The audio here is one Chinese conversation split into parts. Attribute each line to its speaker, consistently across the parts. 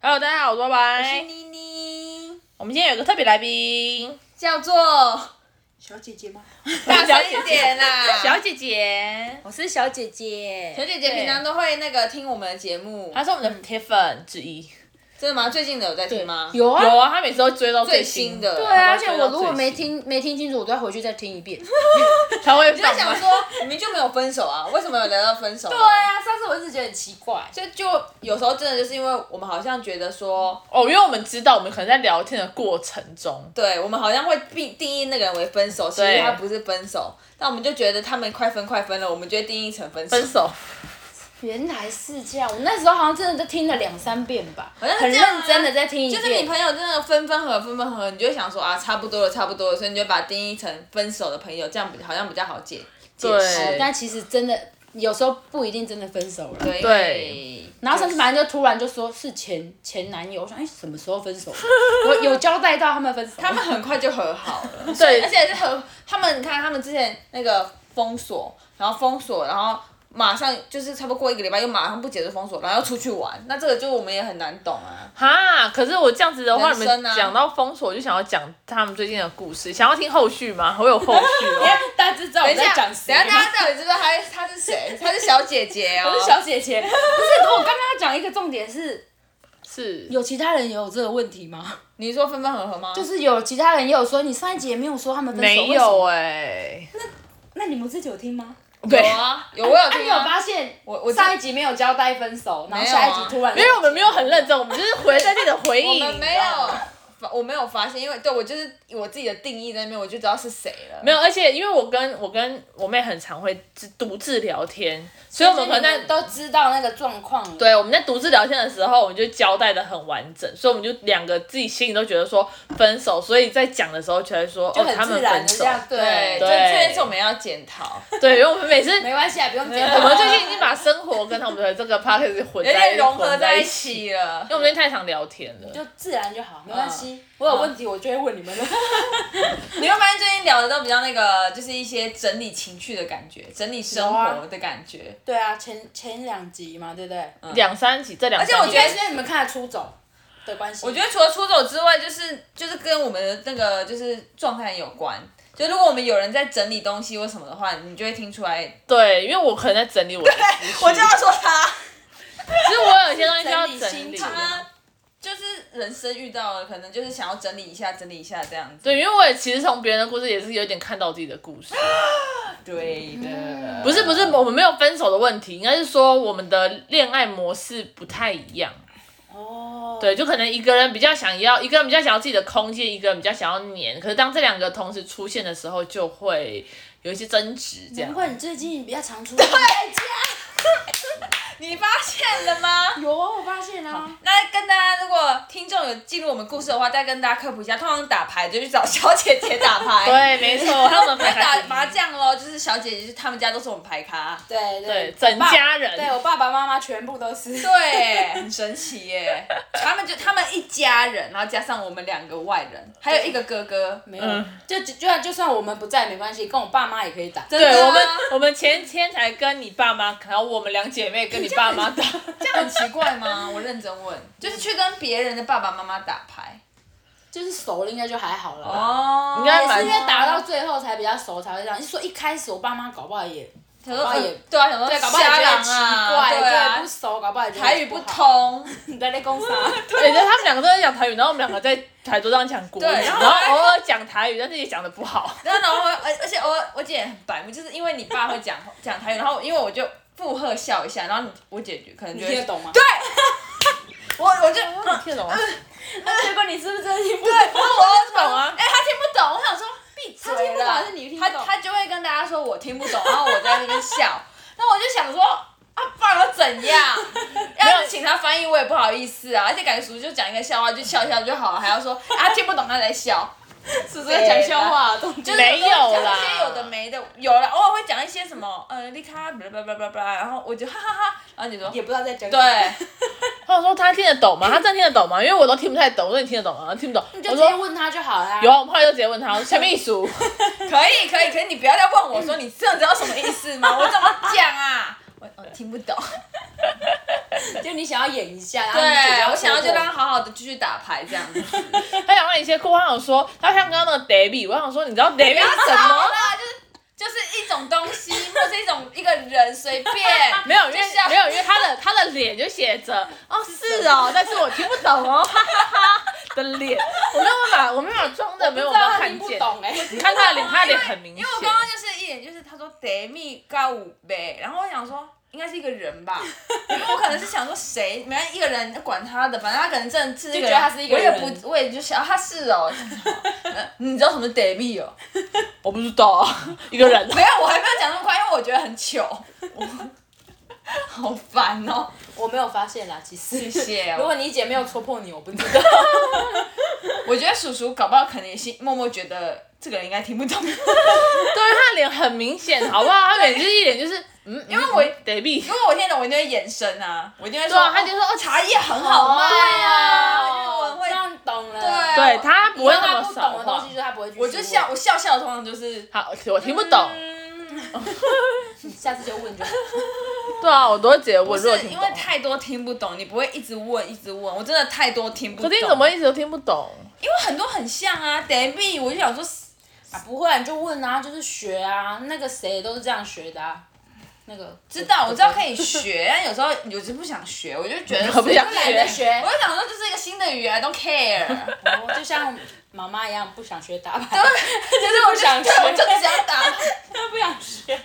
Speaker 1: Hello，大家好，我是拜
Speaker 2: 我是
Speaker 1: 拜。
Speaker 2: 妮妮，
Speaker 1: 我们今天有个特别来宾，
Speaker 2: 叫做小姐姐吗？
Speaker 1: 大
Speaker 2: 啊小姐姐啦，
Speaker 1: 小姐姐，
Speaker 3: 我是小姐姐，
Speaker 2: 小姐姐平常都会那个听我们的节目，
Speaker 1: 她是我们的铁粉之一。
Speaker 2: 真的吗？最近的有在听吗？
Speaker 3: 有啊，
Speaker 1: 有啊，她每次都追到最
Speaker 2: 最新的
Speaker 1: 对
Speaker 3: 对
Speaker 1: 啊，
Speaker 3: 啊，而且我如果没，听没听清楚，我都要回去再听一 遍。
Speaker 1: 她会
Speaker 2: 在
Speaker 1: 放
Speaker 2: 想
Speaker 1: 慢。
Speaker 2: 说，你们就没有分手啊？为什么有聊到分手？ 对
Speaker 3: 对，啊，上次我一直觉得很奇怪，
Speaker 2: 就就有时候真的就是因为我们好像觉得说，
Speaker 1: 哦，因为我们知道，我们可能在聊天的过程中，
Speaker 2: 对我们好像会定定义那个人为分手，其实
Speaker 1: 对
Speaker 2: 他不是分手，但我们就觉得他们快分快分了，我们就会定义成分手。
Speaker 1: 分手，
Speaker 3: 原来是这样。我那时候好像真的都听了两三遍吧，
Speaker 2: 像是
Speaker 3: 很
Speaker 2: 这样啊
Speaker 3: 认真的在听一
Speaker 2: 就是你
Speaker 3: 遍。
Speaker 2: 朋友真的分分合合分分合合，你就会想说啊，差不多了，差不多了，所以你就把它定义成分手的朋友，这样比好像比较好解解
Speaker 1: 对
Speaker 2: 释。
Speaker 3: 但其实真的有时候不一定真的分手了。
Speaker 2: 对
Speaker 1: 对
Speaker 3: 然后上次反正就突然就说是前前男友，我想哎、什么时候分 手？我有交代到他们分手，
Speaker 2: 他们很快就和好 了，
Speaker 1: 对
Speaker 2: 而且是和他们，你看他们之前那个封锁，然后封锁，然后马上就是差不多过一个礼拜又马上不解除封锁，然后又出去玩，那这个就我们也很难懂啊。
Speaker 1: 哈。可是我这样子的话，你
Speaker 2: 人
Speaker 1: 们
Speaker 2: 生啊
Speaker 1: 讲到封锁，我就想要讲他们最近的故事，想要听后续吗？会有后续 哦。
Speaker 3: 大家知道我
Speaker 2: 等一下，
Speaker 3: 在
Speaker 2: 等
Speaker 3: 讲
Speaker 2: 一
Speaker 3: 谁
Speaker 2: 下，
Speaker 3: 吗？
Speaker 2: 大家到底知不知道他他是谁？他是小姐姐 哦，
Speaker 3: 我是小姐姐，不是我刚刚要讲一个重点是，
Speaker 1: 是，
Speaker 3: 有其他人也有这个问题吗？
Speaker 2: 你说分分合合吗？
Speaker 3: 就
Speaker 2: 就是
Speaker 3: 有其他人也有说，你上一集也没有啊说他们分手，
Speaker 1: 没
Speaker 3: 为什
Speaker 1: 有
Speaker 3: 么？
Speaker 1: 哎。
Speaker 3: 那你们自己有听吗？
Speaker 1: 欸对
Speaker 2: 有啊，有我有
Speaker 3: 啊，你
Speaker 2: 听
Speaker 3: 有
Speaker 2: 啊。
Speaker 3: 发现
Speaker 2: 我我
Speaker 3: 上一集没有交代分手，然后
Speaker 2: 没有啊
Speaker 3: 下一集突然，
Speaker 1: 因为我们没有很认真，我们就是回在自己的回忆。
Speaker 2: 我们没有，发我没有发现，因为对我就是我自己的定义在那边，我就知道是谁了。
Speaker 1: 没有，而且因为我跟我跟我妹很常会自独自聊天，所以我
Speaker 3: 我
Speaker 1: 们可
Speaker 3: 们可
Speaker 1: 能在
Speaker 3: 能都知道那个状况了。
Speaker 1: 对我们在独自聊天的时候，我们就交代的很完整，所以我们就两个自己心里都觉得说分手，所以在讲的时候才说
Speaker 3: 就
Speaker 1: 哦
Speaker 3: 很
Speaker 1: 他们
Speaker 3: 自然
Speaker 1: 分
Speaker 3: 的
Speaker 1: 手
Speaker 3: 这，样，
Speaker 2: 对，
Speaker 3: 对，
Speaker 2: 就
Speaker 1: 对
Speaker 2: 这件事我们要检 讨，
Speaker 1: 对，因为我们每次
Speaker 3: 没关系啊，不用剪。
Speaker 1: 我们最近已经把生活跟他们的这个 p a r t 混
Speaker 2: 有
Speaker 1: 在
Speaker 2: 点融合
Speaker 1: 混
Speaker 2: 在
Speaker 1: 在
Speaker 2: 一，起了
Speaker 1: 因为。我们今天太常聊天了，
Speaker 3: 就自然就好，没关系。嗯我有问题，我就会问你们的。
Speaker 2: 你会发现最近聊的都比较那个，就是一些整理情绪的感觉，整理生活的感觉。
Speaker 3: 对啊，前前两集嘛，对不对？嗯。
Speaker 1: 两三集这两三集，
Speaker 2: 而且我
Speaker 3: 应
Speaker 2: 觉得
Speaker 3: 该是因为你们看得出走的关系。
Speaker 2: 我觉得除了出走之外，就是就是跟我们的那个就是状态有关。就如果我们有人在整理东西或什么的话，你就会听出来。
Speaker 1: 对，因为我可能在整理我的思绪，
Speaker 2: 我就要说他。
Speaker 1: 其实我有些东西需要
Speaker 3: 整理心
Speaker 1: 整理
Speaker 3: 情。啊
Speaker 2: 他就是人生遇到了，可能就是想要整理一下，整理一下这样子。
Speaker 1: 对，因为我也其实从别人的故事也是有点看到自己的故事，
Speaker 2: 对的，
Speaker 1: 不是不是，我们没有分手的问题，应该是说我们的恋爱模式不太一样。
Speaker 3: 哦。
Speaker 1: 对，就可能一个人比较想要，一个人比较想要自己的空间，一个人比较想要黏。可是当这两个同时出现的时候，就会有一些争执，这样
Speaker 3: 难。怪你最近比较常 出现。
Speaker 2: 你发现了吗？
Speaker 3: 有啊，我发现啊。
Speaker 2: 那跟大家，如果听众有记录我们故事的话，再跟大家科普一下。通常打牌就去找小姐姐打 牌，，
Speaker 1: 对，没错，还有我们
Speaker 2: 会
Speaker 1: 排
Speaker 2: 打
Speaker 1: 打
Speaker 2: 麻将咯，就是小姐姐，就是他们家都是我们牌咖，
Speaker 3: 对
Speaker 1: 对
Speaker 3: 对，
Speaker 1: 整家人
Speaker 3: 对我爸爸妈妈全部都是。
Speaker 2: 对，很神奇耶。他们就他们一家人，然后加上我们两个外人，还有一个哥哥，
Speaker 3: 没有
Speaker 1: 嗯，
Speaker 3: 就就就算就算我们不在没关系，跟我爸妈也可以打。
Speaker 2: 真的
Speaker 1: 对
Speaker 2: 啊
Speaker 1: 我们，我们前天才跟你爸妈，然后我们两姐妹跟你爸妈打，
Speaker 2: 这样很奇怪吗？我认真问，就是去跟别人的爸爸妈妈打牌。
Speaker 3: 就是熟了应该就还好了吧。
Speaker 2: 哦，
Speaker 1: 应该
Speaker 3: 也
Speaker 1: 蛮
Speaker 3: 是因为打到最后才比较熟才会这样。你说一开始我爸妈搞不好也
Speaker 2: 想说
Speaker 3: 搞不好
Speaker 2: 呃
Speaker 3: 也
Speaker 2: 对啊，想说
Speaker 3: 对，搞不好也觉
Speaker 2: 瞎
Speaker 3: 得
Speaker 2: 狼
Speaker 3: 奇
Speaker 2: 啊，
Speaker 3: 怪，
Speaker 2: 对啊
Speaker 3: 不，熟，搞不好也觉得
Speaker 2: 台语不
Speaker 3: 好。
Speaker 2: 通，
Speaker 3: 你在那公啊啥？
Speaker 1: 对，就他们两个都在讲台语，然后我们两个在台桌上讲国语，
Speaker 2: 对
Speaker 1: 然
Speaker 2: 然
Speaker 1: 后
Speaker 2: 后
Speaker 1: 偶尔讲台语，但是也讲的不好。
Speaker 2: 然后然后而而且我我姐也很白目，就是因为你爸会讲讲台语，然后因为我就附和笑一下，然后你我姐就可能
Speaker 3: 你
Speaker 2: 就
Speaker 3: 听
Speaker 2: 会
Speaker 3: 得懂吗？
Speaker 2: 我哦我啊就
Speaker 1: 你听得懂吗？
Speaker 3: 结果你是不是真的听不
Speaker 2: 对，
Speaker 3: 懂？
Speaker 2: 我我
Speaker 1: 懂啊
Speaker 2: 哎，他听不懂，我想说闭嘴
Speaker 3: 他听不懂
Speaker 2: 啦
Speaker 3: 还是你听不
Speaker 2: 他
Speaker 3: 懂
Speaker 2: 他就会跟大家说我听不懂，然后我在那边 笑，那我就想说。啊，不然要怎样？要是请他翻译，我也不好意思啊。而且感觉叔叔就讲一个笑话，就笑一笑就好了，还要说啊听不懂他在笑。
Speaker 3: 是不是在讲笑话啊？就
Speaker 2: 就 是
Speaker 1: 没有啦
Speaker 2: 讲一些有的没的，有了偶尔会讲一些什么，呃，你看，巴拉巴拉巴拉巴拉，然后我就哈哈哈，然后你说
Speaker 3: 也不知道在讲什
Speaker 2: 对
Speaker 3: 么。，
Speaker 1: 他说他听得懂吗？他真的听得懂吗？因为我都听不太懂，我说你听得懂吗？听不懂。
Speaker 3: 你
Speaker 1: 我
Speaker 3: 就直接
Speaker 1: 说
Speaker 3: 问他就好啦。
Speaker 1: 有啊，我们后来就直接问他，我说小秘 书，
Speaker 2: 可以可以， 可是你不要再问我说你真的知道什么意思吗？我怎么讲啊？我我听不懂，
Speaker 3: 就你想要演一下，然后你姐姐
Speaker 2: 对，
Speaker 3: 要
Speaker 2: 我想要啊
Speaker 3: 戳
Speaker 2: 就
Speaker 3: 破
Speaker 2: 让他好好的继续打牌 这样子。
Speaker 1: 他想问你一些酷话，他想说，他像刚刚那个 Debbie，我想说，你知道 Debbie 是什么？
Speaker 2: 啦，就是就是一种东西，或是一种一个人，随 便。
Speaker 1: 没有，因为
Speaker 2: 就像
Speaker 1: 没有，因为他的他的脸就写着哦是哦，但是我听不懂哦，哈哈哈的脸，我没有办法，我没有办法装的，没有
Speaker 3: 不知道
Speaker 1: 办法
Speaker 3: 他
Speaker 1: 看
Speaker 3: 听不
Speaker 1: 见。
Speaker 3: 懂哎、
Speaker 1: 你看他的脸，他的脸很明
Speaker 2: 因
Speaker 1: 显
Speaker 2: 为。我刚刚就是一眼就是他说 Demi 高五呗，然后我想说。应该是一个人吧，因为我可能是想说谁，没关系一个人管他的，反正他可能真的是一个
Speaker 3: 就觉得他是一个
Speaker 2: 我也
Speaker 3: 人
Speaker 2: 不，我也就想他是哦，呃你知道什么是 Demi 哦？
Speaker 1: 我不知道，啊一个人
Speaker 2: 没有，我还没有讲那么快，因为我觉得很糗，好烦哦。
Speaker 3: 我没有发现啦，其实。
Speaker 2: 谢谢
Speaker 3: 如
Speaker 2: 哦，
Speaker 3: 果你姐没有戳破你，我不知道。
Speaker 2: 我觉得叔叔搞不好可能也心默默觉得这个人应该听不懂。
Speaker 1: 对，他的脸很明显，好不好？他脸就是一脸就是，嗯，因
Speaker 2: 为我
Speaker 1: Debbie，
Speaker 2: 如果我听得懂，我一定会延伸啊，我一定会说，
Speaker 1: 对啊他就说
Speaker 2: 哦，茶叶很好卖啊，就是我很
Speaker 3: 哦这
Speaker 2: 会，
Speaker 3: 样懂了。
Speaker 2: 对
Speaker 1: 对他
Speaker 3: 以
Speaker 1: 不
Speaker 3: 后
Speaker 1: 会
Speaker 3: 他
Speaker 1: 那
Speaker 3: 不
Speaker 1: 么
Speaker 3: 懂
Speaker 1: 少
Speaker 3: 的东
Speaker 1: 话
Speaker 3: 西，。就是他不会去说。
Speaker 2: 我就笑，我笑笑的通常就是
Speaker 1: 好，我听不懂。
Speaker 2: 嗯，
Speaker 3: 下次就问就好。
Speaker 1: 对啊，我都会直接
Speaker 2: 不
Speaker 1: 问，如果
Speaker 2: 是
Speaker 1: 听
Speaker 2: 因
Speaker 1: 不
Speaker 2: 为
Speaker 1: 懂。
Speaker 2: 太多听不懂，你不会一直问一直问，我真的太多听不
Speaker 1: 可
Speaker 2: 懂。
Speaker 1: 是你怎么一直都听不懂？
Speaker 2: 因为很多很像啊，Debbie，我就想说，
Speaker 3: 啊，不会啊，你就问啊，就是学啊，那个谁都是这样学的啊。那个
Speaker 2: 知道 我知道可以学，但有时候有时不想学，我就觉得
Speaker 1: 我不想
Speaker 2: 随
Speaker 3: 懒
Speaker 2: 便
Speaker 3: 得学
Speaker 2: 我，就想说这是一个新的语言，I don't care。
Speaker 3: 我哦就像妈妈一样不想学打牌，
Speaker 2: 就是
Speaker 3: 不想学
Speaker 2: 对我就只想打。
Speaker 3: 不想学。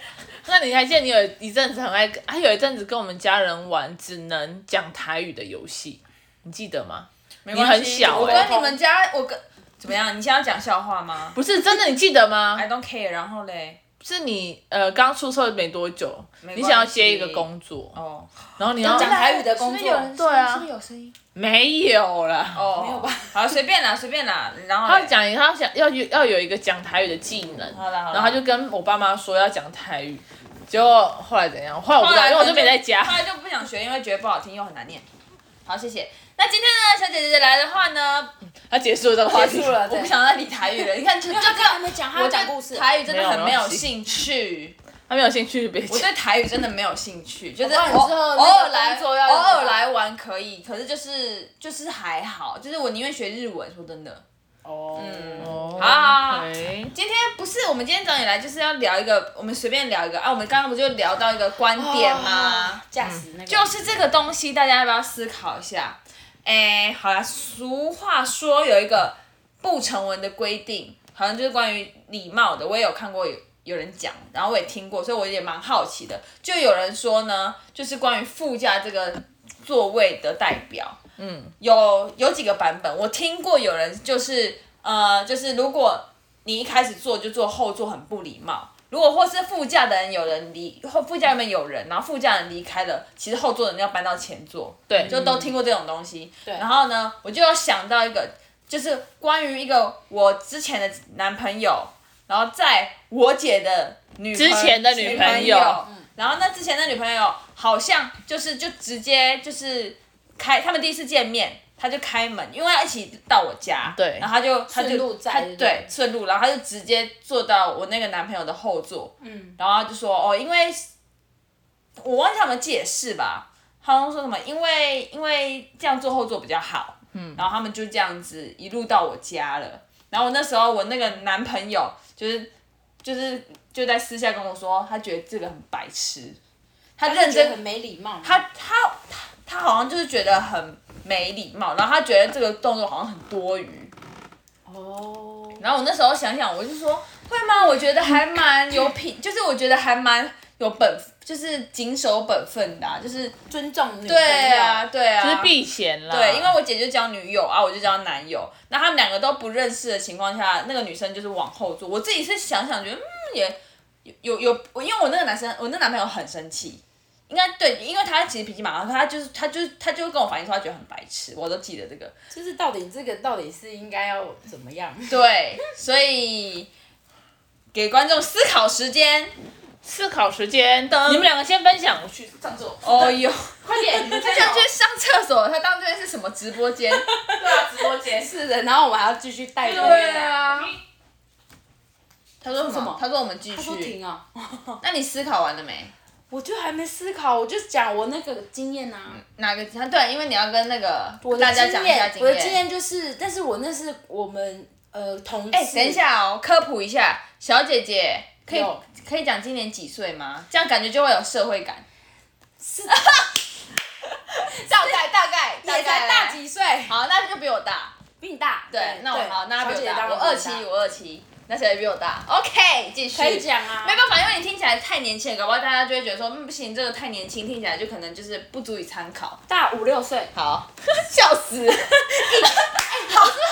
Speaker 1: 那你还记得你有一阵子很爱，还有一阵子跟我们家人玩只能讲台语的游戏，你记得吗？
Speaker 2: 没
Speaker 1: 你
Speaker 2: 关
Speaker 1: 很
Speaker 2: 系
Speaker 1: 小
Speaker 2: 我
Speaker 1: 欸
Speaker 2: 跟你们家，我跟怎么样？你现在要讲笑话吗
Speaker 1: 不是真的，你记得吗？
Speaker 2: ？I don't care。然后嘞，
Speaker 1: 是你呃刚出社会没多久，
Speaker 2: 没
Speaker 1: 你想要
Speaker 2: 关系
Speaker 1: 接一个工作，
Speaker 2: 哦，
Speaker 1: 然后你要
Speaker 3: 讲台语的工
Speaker 2: 是不
Speaker 3: 作
Speaker 2: 是有人
Speaker 1: 对啊
Speaker 2: 是不是有声音？
Speaker 1: 没有啦。
Speaker 2: 哦，
Speaker 3: 没有吧？
Speaker 2: 好，随便啦，随便啦。然后
Speaker 1: 他
Speaker 2: 嘞
Speaker 1: 讲，他想要有要有一个讲台语的技能，
Speaker 2: 好啦好啦
Speaker 1: 然后他就跟我爸妈说要讲台语，结果后来怎样？后来
Speaker 2: 啊
Speaker 1: 我不知道，因为我就没在家
Speaker 2: 后。来就不想学，因为觉得不好听又很难念。好，谢谢。那今天呢，小姐姐姐来的话呢，
Speaker 1: 他结束了这个话题，
Speaker 3: 结束了
Speaker 2: 我不想再理台语了。你看，就这
Speaker 3: 他刚才
Speaker 2: 个
Speaker 3: 还没讲，他
Speaker 2: 我
Speaker 3: 要
Speaker 2: 对
Speaker 3: 讲故事。
Speaker 2: 台语真的很没
Speaker 1: 没有
Speaker 2: 有
Speaker 1: 关系
Speaker 2: 兴趣。
Speaker 1: 他没有兴趣，别
Speaker 2: 我
Speaker 1: 讲。
Speaker 2: 对台语真的没有兴趣，就是
Speaker 3: 我知道你之
Speaker 2: 偶
Speaker 3: 后那个
Speaker 2: 偶尔来
Speaker 3: 工
Speaker 2: 偶
Speaker 3: 作要用到
Speaker 2: 尔来玩可以，可是就是就是还好，就是我宁愿学日文。说真的，
Speaker 3: 哦，
Speaker 1: 哦
Speaker 2: 好
Speaker 1: OK
Speaker 2: 今天不是我们今天找你来，就是要聊一个，我们随便聊一个啊。我们刚刚不就聊到一个观点吗？
Speaker 3: 驾驶那个
Speaker 2: 哦就是这个东西，大家要不要思考一下？哎、好啦，俗话说有一个不成文的规定，好像就是关于礼貌的。我也有看过有有人讲，然后我也听过，所以我也蛮好奇的。就有人说呢，就是关于副驾这个座位的代表，嗯，有有几个版本，我听过有人就是呃，就是如果你一开始坐就坐后座很不礼貌。如果或是副驾的人有人离后副驾里面有人，然后副驾人离开了，其实后座的人要搬到前座，
Speaker 1: 对
Speaker 2: 就都听过这种东西。
Speaker 3: 对
Speaker 2: 然后呢，我就有想到一个，就是关于一个我之前的男朋友，然后在我姐的女朋
Speaker 1: 之前的女朋友嗯
Speaker 2: 然后那之前的女朋友好像就是就直接就是开，他们第一次见面，他就开门，因为要一起到我家，
Speaker 1: 对
Speaker 2: 然后他就他就
Speaker 3: 顺路载
Speaker 2: 他
Speaker 3: 对不对
Speaker 2: 对顺路，然后他就直接坐到我那个男朋友的后座，嗯，然后他就说哦，因为我忘记他们解释吧，好像说什么因为因为这样坐后座比较好，嗯，然后他们就这样子一路到我家了，然后我那时候我那个男朋友就是就是就在私下跟我说，他觉得这个很白痴，他
Speaker 3: 他
Speaker 2: 认
Speaker 3: 觉得
Speaker 2: 真
Speaker 3: 很没礼貌嘛。
Speaker 2: 他他他他好像就是觉得很没礼貌，然后他觉得这个动作好像很多余。
Speaker 3: 哦，
Speaker 2: 然后我那时候想想，我就说会吗？我觉得还蛮有品，就是我觉得还蛮有本，就是谨守本分的、啊，就是
Speaker 3: 尊重女
Speaker 2: 对啊，对啊，
Speaker 1: 就是避嫌啦。
Speaker 2: 对，因为我姐就交女友啊，我就交男友，那他们两个都不认识的情况下，那个女生就是往后坐。我自己是想想觉得，嗯，也有有有，我因为我那个男生，我那个男朋友很生气，应该对，因为他其实脾气蛮好，可他就是他就是他就跟我反映说他觉得很白痴，我都记得这个。
Speaker 3: 就是到底这个到底是应该要怎么样？
Speaker 2: 对，所以给观众思考时间。
Speaker 1: 思考时间，你们两个先分享，我去上厕所。
Speaker 2: 哦哟，
Speaker 3: 快点，你
Speaker 2: 他
Speaker 3: 这
Speaker 2: 想去上厕所，他当这边是什么直播 间？
Speaker 1: 啊直播 间。
Speaker 3: 是的，然后我还要继续带队。
Speaker 2: 啊。他说什
Speaker 3: 什么
Speaker 2: 么？他说我们继
Speaker 3: 他说
Speaker 2: 续。
Speaker 3: 停啊，
Speaker 2: 那你思考完了没？
Speaker 3: 我就还没思考，我就讲我那
Speaker 2: 嗯
Speaker 3: 个经验啊，
Speaker 2: 哪个？对，因为你要跟那个
Speaker 3: 我的
Speaker 2: 大家
Speaker 3: 经
Speaker 2: 讲一下
Speaker 3: 验，我的
Speaker 2: 经
Speaker 3: 经。验就是，但是我那是我们呃同
Speaker 2: 哎、
Speaker 3: 事
Speaker 2: 等一下哦，科普一下，小姐姐可以
Speaker 3: 有
Speaker 2: 可以讲今年几岁吗？这样感觉就会有社会感。 是，大概大概大
Speaker 3: 也才
Speaker 2: 概
Speaker 3: 大啊
Speaker 2: 来
Speaker 3: 几岁，
Speaker 2: 好，那就比我大。
Speaker 3: 比你大，
Speaker 2: 对，那我好，那她
Speaker 3: 小
Speaker 2: 比我
Speaker 3: 姐
Speaker 2: 大，
Speaker 3: 当
Speaker 2: 我
Speaker 3: 然
Speaker 2: 二
Speaker 3: 比
Speaker 2: 七
Speaker 3: 你，大
Speaker 2: 我二七，那小姐比我大。OK，继续。
Speaker 3: 可以讲啊，
Speaker 2: 没办法，因为你听起来太年轻了，搞不好大家就会觉得说，嗯，不行，这个太年轻，听起来就可能就是不足以参考。
Speaker 3: 大五六岁，哎
Speaker 2: 好， 笑 死！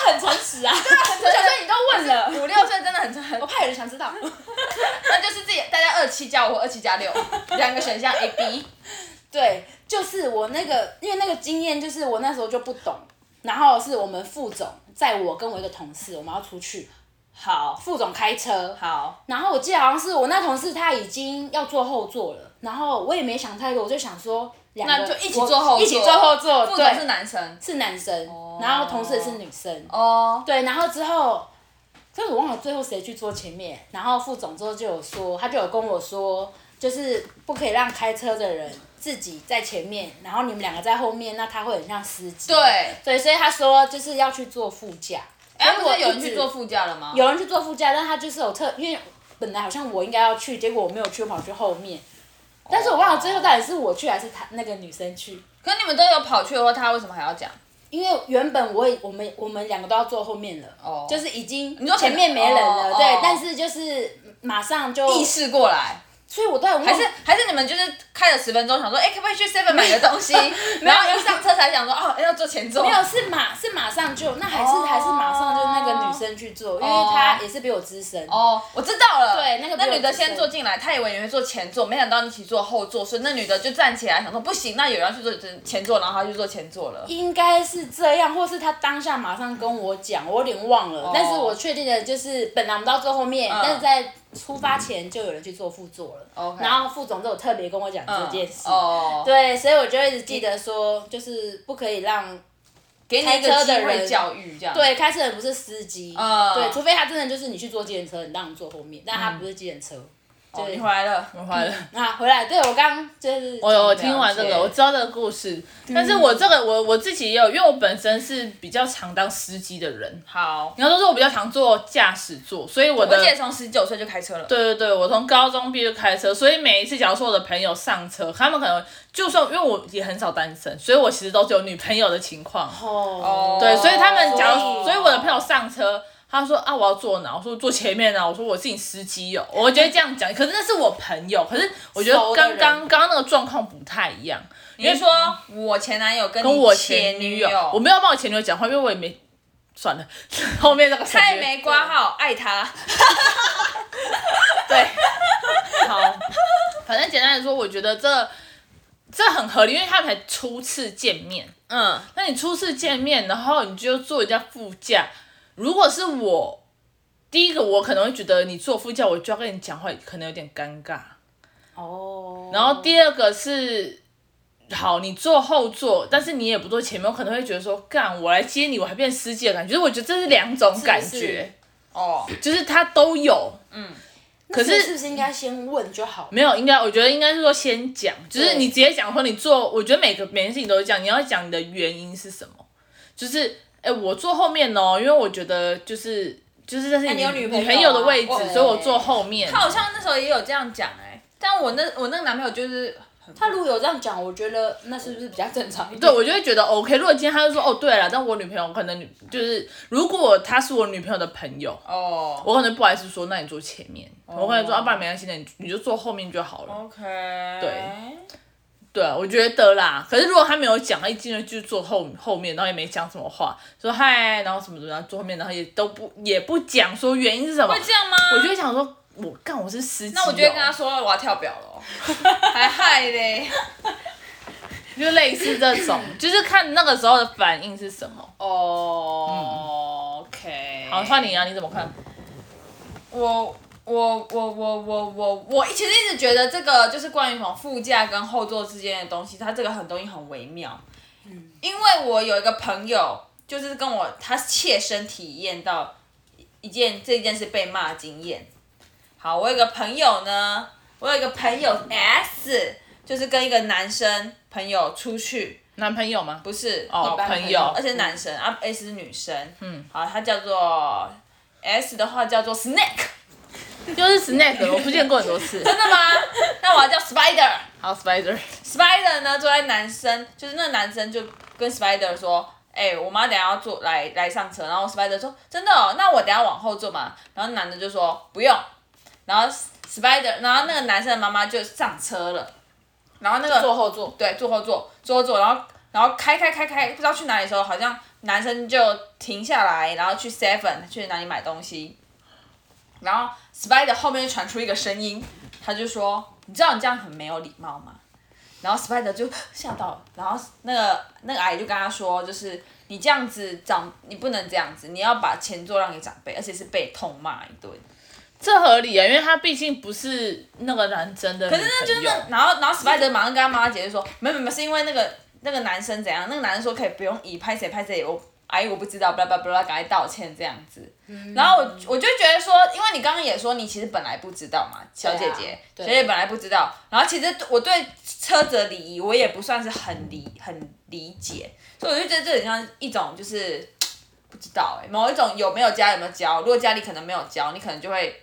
Speaker 3: 很诚实 啊，
Speaker 2: 小以你都问
Speaker 3: 了
Speaker 2: 五六岁真的很很
Speaker 3: 我，怕有人想知道，
Speaker 2: 那就是自己大家二七加我，二七加六，两个选项 A B。
Speaker 3: 对，就是我那个，因为那个经验就是我那时候就不懂，然后是我们副总载我跟我一个同事，我们要出去，
Speaker 2: 好，
Speaker 3: 副总开车，
Speaker 2: 好，
Speaker 3: 然后我记得好像是我那同事他已经要坐后座了，然后我也没想太多，我就想说两个
Speaker 2: 那就一起坐后座，
Speaker 3: 我一起坐后座，
Speaker 2: 副
Speaker 3: 对
Speaker 2: 总是男生
Speaker 3: 是男生，然后同事也是女生，
Speaker 2: 哦，
Speaker 3: 对，然后之后，可是我忘了最后谁去坐前面，然后副总之后就有说，他就有跟我说，就是不可以让开车的人自己在前面，然后你们两个在后面，那他会很像司机。
Speaker 2: 对。
Speaker 3: 对，所以他说就是要去坐副驾。
Speaker 2: 哎，
Speaker 3: 结
Speaker 2: 不
Speaker 3: 果
Speaker 2: 是有人
Speaker 3: 一直
Speaker 2: 去坐副驾了吗？
Speaker 3: 有人去坐副驾，但他就是有特，因为本来好像我应该要去，结果我没有去，我跑去后面。但是我忘了最后到底是我去还是他那个女生去，
Speaker 2: 可你们都有跑去的话，他为什么还要讲？
Speaker 3: 因为原本我也我们我们两个都要坐后面了，
Speaker 2: 哦
Speaker 3: 就是已经
Speaker 2: 说可能
Speaker 3: 前面没人了，
Speaker 2: 哦
Speaker 3: 对
Speaker 2: 哦，
Speaker 3: 但是就是马上就，
Speaker 2: 意识过来，
Speaker 3: 所以我都有
Speaker 2: 还
Speaker 3: 还
Speaker 2: 是还是你们就是开了十分钟，想说，哎、可不可以去 Seven 买个东 西？然后一上车才想说，哦，要坐前座。
Speaker 3: 没有是马是马上就，那还是、
Speaker 2: 哦
Speaker 3: 还是马上就那个女生去做，因为她也是比我资深，
Speaker 2: 哦，我知道了。
Speaker 3: 对那个
Speaker 2: 那
Speaker 3: 比我
Speaker 2: 女的
Speaker 3: 资深
Speaker 2: 先坐进来，她以为你会坐前座，没想到你一起坐后座，所以那女的就站起来想说不行，那有人要去坐前座，然后她就坐前座了。
Speaker 3: 应该是这样，或是她当下马上跟我讲，我有点忘
Speaker 2: 哦
Speaker 3: 了，但是我确定的就是本来我们到最后
Speaker 2: 嗯
Speaker 3: 面，但是在出发前就有人去坐副座了
Speaker 2: OK 嗯
Speaker 3: 然后副总都有特别跟我讲这件事。
Speaker 2: 哦，
Speaker 3: 对，所以我就一直记得说，就是不可以让
Speaker 2: 给你一
Speaker 3: 开
Speaker 2: 个
Speaker 3: 车
Speaker 2: 机
Speaker 3: 的
Speaker 2: 会
Speaker 3: 人
Speaker 2: 教育这样。，
Speaker 3: 对，开车人不是司机，
Speaker 2: 嗯
Speaker 3: 对，除非他真的就是你去坐计程车，你让你坐后面，但他不是计程车。
Speaker 2: 你
Speaker 1: 嗯
Speaker 3: 对，
Speaker 2: 回来了。
Speaker 1: 我坏了。
Speaker 3: 那回来，对我刚就是
Speaker 1: 我哦有我听完这
Speaker 2: 了
Speaker 1: 个，
Speaker 2: 解
Speaker 1: 我知道这个故事，但是我这个我我自己也有，因为我本身是比较常当司机的人，
Speaker 2: 好，
Speaker 1: 你要说是我比较常坐驾驶座，所以我的
Speaker 2: 我姐从十九岁就开车了。
Speaker 1: 对对对，我从高中毕业就开车，所以每一次假如说我的朋友上车，他们可能就算因为我也很少单身，所以我其实都是有女朋友的情况。
Speaker 3: 哦，
Speaker 1: 对，所以他们假如，
Speaker 3: 哦
Speaker 1: 所以我的朋友上车，他说啊我要坐哪？我说坐前面啊。我说我是你司机哦。我觉得这样讲，可是那是我朋友，可是我觉得
Speaker 3: 熟的
Speaker 1: 刚
Speaker 3: 人
Speaker 1: 刚刚刚那个状况不太一样，因
Speaker 2: 你
Speaker 1: 为
Speaker 2: 是说我前男友跟
Speaker 1: 跟
Speaker 2: 你
Speaker 1: 我
Speaker 2: 前
Speaker 1: 前
Speaker 2: 女
Speaker 1: 女友，我没有帮我前女友讲话，因为我也没算了， 后面那个
Speaker 2: 太
Speaker 1: 太
Speaker 2: 没挂号，爱他。
Speaker 1: 对，好，反正简单来说，我觉得这这很合理，因为他们才初次见面。
Speaker 2: 嗯，
Speaker 1: 那你初次见面，然后你就坐人家副驾，如果是我，第一个我可能会觉得你坐副驾，我就要跟你讲话，可能有点尴尬。
Speaker 3: 哦，
Speaker 1: 然后第二个是。好，你坐后座，但是你也不坐前面，我可能会觉得说，干，我来接你，我还变司机的感觉，就是我觉得这是两种感觉，
Speaker 3: 是嗯
Speaker 2: 哦，
Speaker 1: 就是他都有，
Speaker 3: 可
Speaker 1: 是
Speaker 3: 是不是应该先问就好？
Speaker 1: 没有，应该我觉得应该是说先讲，就是
Speaker 3: 对
Speaker 1: 你直接讲说你做，我觉得每个每件事情都是这样，你要讲你的原因是什么，就是哎、我坐后面哦，因为我觉得就是就是这是
Speaker 3: 啊你有
Speaker 1: 女
Speaker 3: 女朋友
Speaker 1: 朋友的位置，
Speaker 3: 啊
Speaker 1: 所以我坐后面。
Speaker 2: 他好像那时候也有这样讲哎、但我那我那个男朋友就是很
Speaker 3: 他如果有这样讲，我觉得那是不是比较正常一点？
Speaker 1: 对，我就会觉得 OK。如果今天他就说哦，对了，但我女朋友可能女就是，如果她是我女朋友的朋友，
Speaker 2: 哦
Speaker 1: 我可能不好意思说，那你坐前面。我可能说，啊，不然没关系，那你你就坐后面就好
Speaker 3: 哦
Speaker 1: 了。
Speaker 2: ，OK，对，
Speaker 1: 对，啊我觉得啦。可是如果他没有讲，他一进来就坐后后面，然后也没讲什么话，说嗨，然后什么什么，然后坐后面，然后也都不也不讲说原因是什么
Speaker 2: 会，这样吗？
Speaker 1: 我就会想说，我干我是司机、哦
Speaker 2: 那我就会跟他，说我要跳表了哦， 还害嘞，
Speaker 1: 就类似这种， 就是看那个时候的反应是什么。
Speaker 2: 嗯哦、o k
Speaker 1: 好，换你啊，你怎么看？
Speaker 2: 我我我我我我我其实一直觉得这个就是关于什么副驾跟后座之间的东西，它这个很东西很微妙。
Speaker 1: 嗯
Speaker 2: 因为我有一个朋友，就是跟我他切身体验到一件这件事被骂的经验。好，我有一个朋友呢，我有一个朋友 S，就是跟一个男生朋友出去，
Speaker 1: 男朋友吗？
Speaker 2: 不是
Speaker 1: 哦
Speaker 2: 老伴
Speaker 1: 朋友
Speaker 2: 而且男生、啊，S 是女生，嗯，好，他叫做 S 的话叫做 Snake，
Speaker 1: 就是 Snack，我不见过很多次。
Speaker 2: 真的吗？那我要叫 Spider。
Speaker 1: 好，Spider，
Speaker 2: Spider 呢，坐在男生，就是那个男生就跟 Spider 说：“哎、我妈等一下要坐来来上车。”然后 Spider 说：“真的、哦？那我等一下往后坐嘛。”然后男的就说：“不用。”然后 Spider，然后那个男生的妈妈就上车了，然后那个
Speaker 3: 坐后座，
Speaker 2: 对，坐后座，坐后座，然后然后开开开开，不知道去哪里的时候，好像男生就停下来，然后去 Seven 去哪里买东西，然后 Spider 后面就传出一个声音，他就说：“你知道你这样很没有礼貌吗？”然后 Spider 就吓到了，然后那个那个阿姨就跟他说，就是你这样子长，你不能这样子，你要把前座让给长辈，而且是被痛骂一顿。
Speaker 1: 这合理啊，因为他毕竟不是那个男真的女
Speaker 2: 可
Speaker 1: 朋
Speaker 2: 是
Speaker 1: 友。
Speaker 2: 那就是那，然后然后 Spider 马上跟他妈解释说，没有没有没有，是因为那个那个男生怎样，那个男生说可以不用移拍谁拍谁，我哎我不知道，巴拉巴拉巴拉，赶快道歉这样子。然后我哦我就觉得说，因为你刚刚也说你其实本来不知道嘛，小姐姐，
Speaker 3: 对啊对
Speaker 2: 小姐姐本来不知道。然后其实我对车子的礼仪我也不算是很理很理解，所以我就觉得这很像一种就是。不知道哎、某一种有没有教有没有教？如果家里可能没有教，你可能就会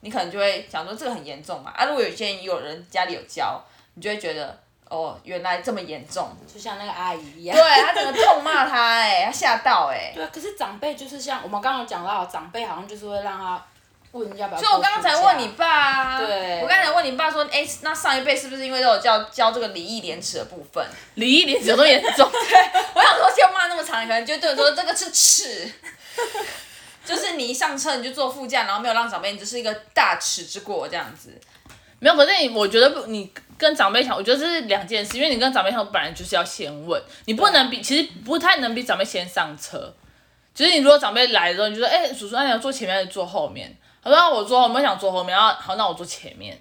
Speaker 2: 你可能就会想说这个很严重嘛。啊，如果有些人有人家里有教，你就会觉得哦，原来这么严重。
Speaker 3: 就像那个阿姨一样。
Speaker 2: 对他整个痛骂他、哎，他吓到哎、
Speaker 3: 对啊，可是长辈就是像我们刚刚有讲到，长辈好像就是会让他问要不要。
Speaker 2: 所以我刚才问你，爸啊，
Speaker 3: 对
Speaker 2: 我刚才问你爸说，哎、那上一辈是不是因为都有教教这个礼义廉耻的部分？
Speaker 1: 离一点有多严重？
Speaker 2: 我想说，先骂那么长，可能就对我说这个是耻， 就是你一上车你就坐副驾，然后没有让长辈，你只是一个大耻之过这样子。
Speaker 1: 没有，可是你我觉得不，你跟长辈讲，我觉得这是两件事，因为你跟长辈讲，本来就是要先问，你不能比，其实不太能比长辈先上车。就是你如果长辈来的时候，你就说，哎、叔叔，那你要坐前面还是坐后面？他说、啊我坐后面，我想坐后面，然后好，那我坐前面。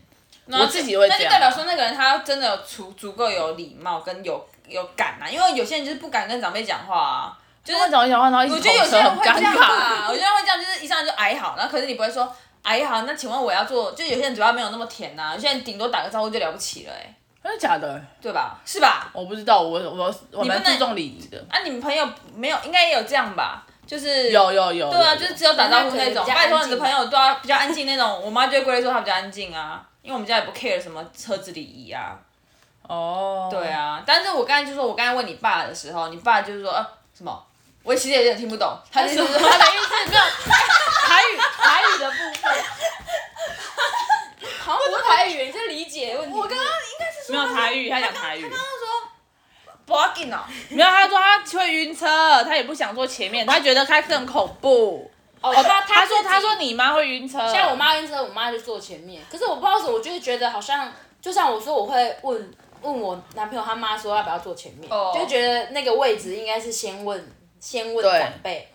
Speaker 1: 我自己会
Speaker 2: 那
Speaker 1: 这
Speaker 2: 就
Speaker 1: 样啊
Speaker 2: 代表说那个人他真的有足足够有礼貌跟有有敢啊，因为有些人就是不敢跟长辈讲话啊，就是
Speaker 1: 跟长辈讲话，然后一
Speaker 2: 我
Speaker 1: 起
Speaker 2: 觉得有
Speaker 1: 同
Speaker 2: 些
Speaker 1: 车
Speaker 2: 人
Speaker 1: 很
Speaker 2: 会这
Speaker 1: 尴
Speaker 2: 样啊
Speaker 1: 尬。
Speaker 2: 吧，我觉得会这样，就是一上来就哀嚎，然后可是你不会说哀嚎，那请问我要做，就有些人嘴巴没有那么甜啊呐、有些人顶多打个招呼就了不起了、哎，
Speaker 1: 真的假的？
Speaker 2: 对吧？是吧？
Speaker 1: 我不知道，我我我蛮
Speaker 2: 不能
Speaker 1: 注重礼仪的。
Speaker 2: 啊，你们朋友没有，应该也有这样吧？就是
Speaker 1: 有有有。
Speaker 2: 对啊，
Speaker 1: 有
Speaker 2: 就是只有打招呼那
Speaker 3: 那可能
Speaker 2: 种，
Speaker 3: 比较
Speaker 2: 拜托
Speaker 3: 安
Speaker 2: 你
Speaker 3: 静
Speaker 2: 的朋友对啊，比较安静那种，我妈就会归类说她比较安静啊，因为我们家也不 care 什么车子礼仪啊。
Speaker 1: 哦。
Speaker 2: 对。啊，但是我刚才就说，我刚才问你爸的时候，你爸就是说，呃，什么？我其实也有点听不懂，他 就是说，
Speaker 1: 他的意思没有台语台语的部分，
Speaker 3: 好像不是台语，你是理解的问题。我刚刚
Speaker 1: 没有台语，他讲台语。
Speaker 2: 不要紧哦，
Speaker 1: 没有，他说他会晕车，他也不想坐前面，他觉得开车很恐怖。
Speaker 3: 哦，他
Speaker 1: 他
Speaker 3: 他
Speaker 1: 说他
Speaker 3: 自己
Speaker 1: 说你妈会晕车，
Speaker 3: 像我妈晕车，我妈就坐前面。可是我不知道为什么，我就会觉得好像，就像我说，我会问问我男朋友他妈说要不要坐前面
Speaker 2: 哦
Speaker 3: 就觉得那个位置应该是先问先问
Speaker 1: 对
Speaker 3: 长辈。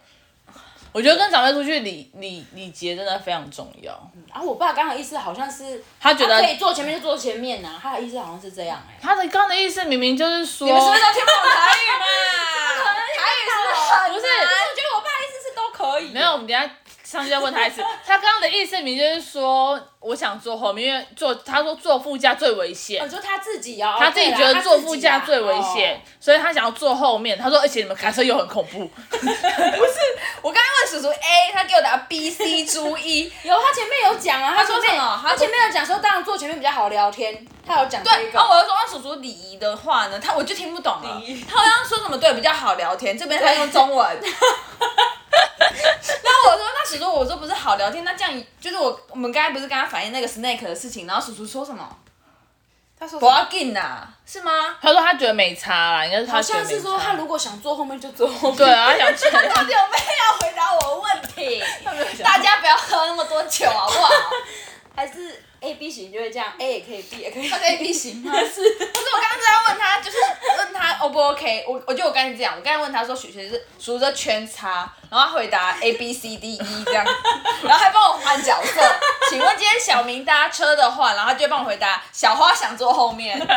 Speaker 1: 我觉得跟长辈出去礼礼礼节真的非常重要。
Speaker 3: 然后我爸刚刚的意思好像是，
Speaker 1: 他觉得
Speaker 3: 可以坐前面就坐前面呐、他的意思好像是这样哎、
Speaker 1: 他的刚刚的意思明明就是说，
Speaker 2: 你们是不是都听不懂台语嘛？台语是很
Speaker 1: 不是
Speaker 2: 难
Speaker 3: 我觉得我爸意思是都可以，
Speaker 1: 没有，我们等一下上去再问他一次。他刚刚的意思明明就是说，我想坐后面，因为坐他说坐副驾最危险。
Speaker 3: 哦，你说他自己哦，
Speaker 1: 他自己觉得坐副驾最危险，
Speaker 3: 哦
Speaker 1: 所以他想要坐后面。他说，而且你们开车又很恐怖。
Speaker 2: 我刚刚问叔叔 A，他给我答 B、C、猪 一。
Speaker 3: 有，他前面有讲啊，他
Speaker 2: 说
Speaker 3: 前面
Speaker 2: 什么他
Speaker 3: 他前面有讲说，当然坐前面比较好聊天，他有讲这
Speaker 2: 对，
Speaker 3: 个。
Speaker 2: 然哦后我就说，那叔叔礼仪的话呢，他我就听不懂了。他好像说什么对比较好聊天，这边他用中文。 然后我说，那叔叔，我说不是好聊天，那这样就是我我们刚才不是跟他反映那个 snake 的事情，然后叔叔说什么？
Speaker 3: 他说
Speaker 2: 不要紧呐，是吗？
Speaker 1: 他说他觉得没差啦，应该是他
Speaker 3: 好
Speaker 1: 觉得
Speaker 3: 像
Speaker 1: 没差。
Speaker 3: 是说他如果想坐后面就坐后面。
Speaker 1: 对啊，他想去。
Speaker 2: 到底 有没有要回答我问题？大家不要喝那么多酒好不好？
Speaker 3: 还是 A B 型就会这样，A 也可以，B 也可以。
Speaker 2: A B 型吗？
Speaker 3: 是
Speaker 2: 不是，我刚刚在问他，就是问他 O 不 OK？我我觉得我刚才这样，我刚才问他说许学是数着圈叉，然后他回答 A B C D E 这样，然后还帮我换角色。请问今天小明搭车的话，然后他就帮我回答小花想坐后面。对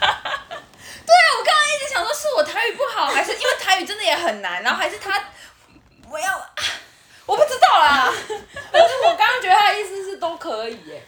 Speaker 2: 啊，我刚刚一直想说是我台语不好，还是因为台语真的也很难，然后还是他我要、啊我不知道啦。
Speaker 3: 可是我刚刚觉得他的意思是都可以耶。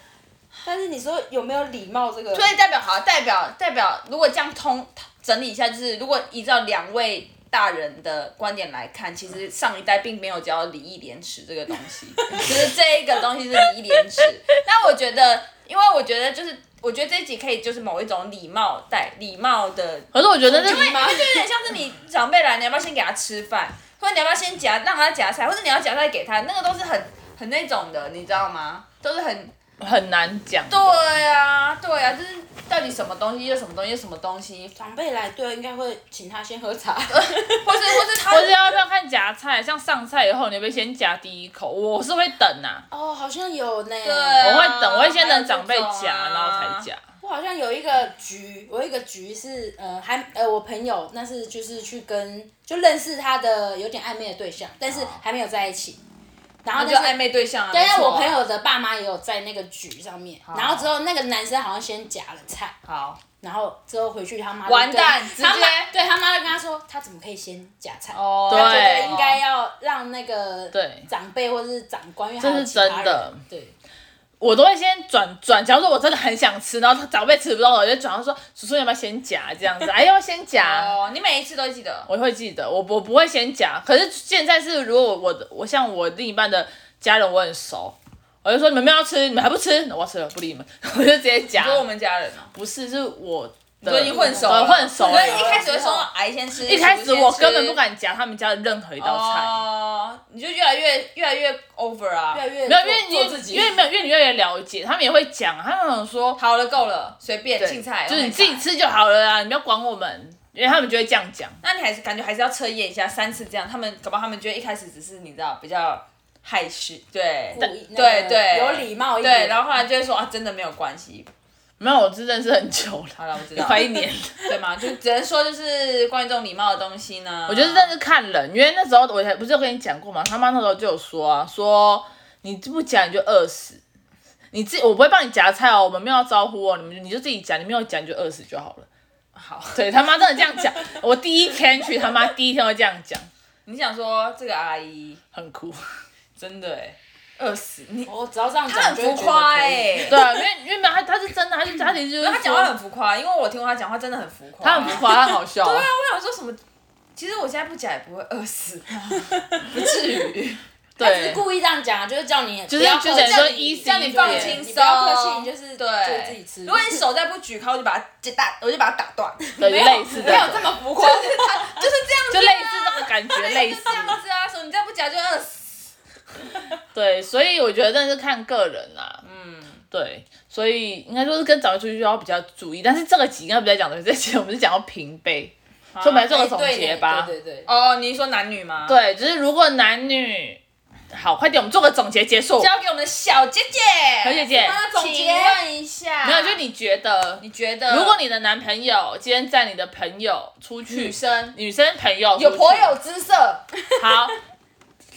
Speaker 3: 但是你说有没有礼貌这个？
Speaker 2: 所以代表好，代表代表，如果这样通整理一下，就是如果依照两位大人的观点来看，其实上一代并没有教礼义廉耻这个东西，就是这一个东西是礼义廉耻。那我觉得，因为我觉得就是，我觉得这一集可以就是某一种礼貌带礼貌的
Speaker 1: 可是我觉得那
Speaker 2: 因为因为哦就有点像是你长辈来，你要不要先给他吃饭，或者你要不要先夹让他夹菜，或者你要夹菜给他，那个都是很很那种的，你知道吗？都是很
Speaker 1: 很难讲。
Speaker 2: 对啊，对啊，就是到底什么东西就什么东西就什么东西，
Speaker 3: 长辈来对，应该会请他先喝茶。
Speaker 2: 或是或是他
Speaker 1: 我是要不要看夹菜？像上菜以后，你会不会先夹第一口？我是会等啊，
Speaker 3: 哦，好像有呢。
Speaker 2: 对
Speaker 1: 我
Speaker 2: 啊
Speaker 1: 会等，我会先等长辈
Speaker 2: 还有这
Speaker 1: 夹，
Speaker 2: 种啊
Speaker 1: 然后才夹。
Speaker 3: 我好像有一个局，我有一个局是呃还呃我朋友，那是就是去跟就认识他的有点暧昧的对象，但是还没有在一起。然后
Speaker 2: 啊就
Speaker 3: 但是
Speaker 2: 暧昧对象啊。
Speaker 3: 但
Speaker 2: 没
Speaker 3: 是
Speaker 2: 错啊
Speaker 3: 我朋友的爸妈也有在那个局上面，然后之后那个男生好像先夹了菜，
Speaker 2: 好，
Speaker 3: 然后之后回去他妈就
Speaker 2: 完蛋
Speaker 3: 跟
Speaker 2: 直接
Speaker 3: 他妈对他妈就跟他说，他怎么可以先夹菜？
Speaker 2: 哦
Speaker 3: 他觉得
Speaker 1: 对
Speaker 3: 应该要让那个
Speaker 1: 对
Speaker 3: 长辈或者是长官，因为他
Speaker 1: 这
Speaker 3: 有
Speaker 1: 是
Speaker 3: 其他
Speaker 1: 真
Speaker 3: 人
Speaker 1: 的
Speaker 3: 对。
Speaker 1: 我都会先转转，假如说我真的很想吃，然后他长辈吃不到，我就转到说叔叔你要不要先夹这样 子？哎，要不要先夹？
Speaker 2: 哦，你每一次都记得。
Speaker 1: 我会记得，我我不会先夹。可是现在是如果我的我像我另一半的家人我很熟，我就说你们没有要吃，你们还不吃，我要吃了不理你们， 我就直接夹
Speaker 2: 你。说我们家人哦，
Speaker 1: 不是，是我的
Speaker 2: 都已经混熟了，
Speaker 1: 对混熟啊
Speaker 2: 所
Speaker 1: 了
Speaker 2: 以。一开始会说
Speaker 3: 哦
Speaker 2: 哎先吃，
Speaker 1: 一开始我根本不
Speaker 2: 敢。
Speaker 1: 敢夹他们家的任何一道菜。
Speaker 2: 哦，你就越来越越来越 over 啊
Speaker 3: 越，来越
Speaker 1: 没有，
Speaker 3: 做
Speaker 1: 因
Speaker 3: 做
Speaker 1: 为
Speaker 3: 自
Speaker 1: 你
Speaker 3: 己
Speaker 1: 因为没有，因为你越来越了解，他们也会讲，啊他们想说，
Speaker 2: 好了够了，随便青菜，
Speaker 1: 就是你
Speaker 2: OK
Speaker 1: 自己。吃就好了啊，你不要管我们，因为他们就会这样讲。
Speaker 2: 那你还是感觉还是要测验一下三次这样，他们搞不好他们觉得一开始只是你知道比较害羞，对
Speaker 3: 故意那
Speaker 2: 对
Speaker 3: 个
Speaker 2: 对，
Speaker 3: 有礼貌一点
Speaker 2: 对，然后后来就会说啊真的没有关系，
Speaker 1: 没有，我是认识很久
Speaker 2: 好
Speaker 1: 了，
Speaker 2: 了我知道，
Speaker 1: 快一年。
Speaker 2: 对吗？就只能说就是关于这种礼貌的东西呢，
Speaker 1: 我觉得真的是看人，因为那时候我才不是有跟你讲过嘛，他妈那时候就有说啊，说你不夹你就饿死，你自己我不会帮你夹菜哦，我们没有要招呼哦，你们你就自己夹，你没有夹你就饿死就好了。
Speaker 2: 好。
Speaker 1: 对他妈真的这样讲，我第一天去他妈第一天会这样讲，
Speaker 2: 你想说这个阿姨
Speaker 1: 很酷。
Speaker 2: 真的哎，饿死你，
Speaker 3: 我哦只要这样
Speaker 2: 她很
Speaker 3: 讲，就
Speaker 2: 浮
Speaker 3: 会觉得
Speaker 2: 夸
Speaker 3: 可以
Speaker 2: 哎，
Speaker 1: 欸对，因为因为没有他他是真的，他就他其实就是
Speaker 2: 她讲话很浮夸，因为我听过她讲话真的很浮夸，
Speaker 1: 他很浮夸，他很好笑。
Speaker 2: 对啊，我想说什么？其实我现在不讲也不会饿死， 不至于。
Speaker 3: 他只是
Speaker 1: 对，
Speaker 3: 故意这样讲啊，就是叫你
Speaker 1: 就是
Speaker 3: 不要
Speaker 1: 就
Speaker 3: 客
Speaker 1: 等于
Speaker 3: 气
Speaker 1: 说
Speaker 2: 你
Speaker 1: easy
Speaker 2: 叫你
Speaker 1: 一
Speaker 2: 放
Speaker 1: 点
Speaker 2: 轻松，
Speaker 3: 你不要客气你就是
Speaker 2: 对
Speaker 3: 就自己吃
Speaker 2: 如果你手再不举开，我就把它截打，我就把它打断。
Speaker 1: 对，类似的，
Speaker 3: 没有这么浮夸，
Speaker 2: 就是这
Speaker 1: 就
Speaker 2: 样子
Speaker 1: 类
Speaker 2: 啊，
Speaker 1: 似这个感觉，类
Speaker 2: 就
Speaker 1: 似
Speaker 2: 这样子啊，所以你再不讲就饿死。
Speaker 1: 对，所以我觉得真的是看个人啦、
Speaker 2: 嗯，
Speaker 1: 对，所以应该说是跟长辈出去就要比较注意，但是这个集应该不在讲的，这集我们是讲到平辈，所以我们来做个总结吧。
Speaker 3: 啊哎对对对，
Speaker 2: 哦，你说男女吗？，
Speaker 1: 对，就是如果男女，好，快点，我们做个总结结束。
Speaker 2: 交给我们的小姐姐，
Speaker 1: 小姐姐
Speaker 2: 帮她总
Speaker 3: 请
Speaker 2: 结问一下。
Speaker 1: 没有，就你觉得，
Speaker 2: 你觉得，
Speaker 1: 如果你的男朋友今天带你的朋友出去，
Speaker 2: 女生
Speaker 1: 女生嗯朋友
Speaker 2: 有
Speaker 1: 出
Speaker 2: 颇
Speaker 1: 去
Speaker 2: 有姿色，
Speaker 1: 好，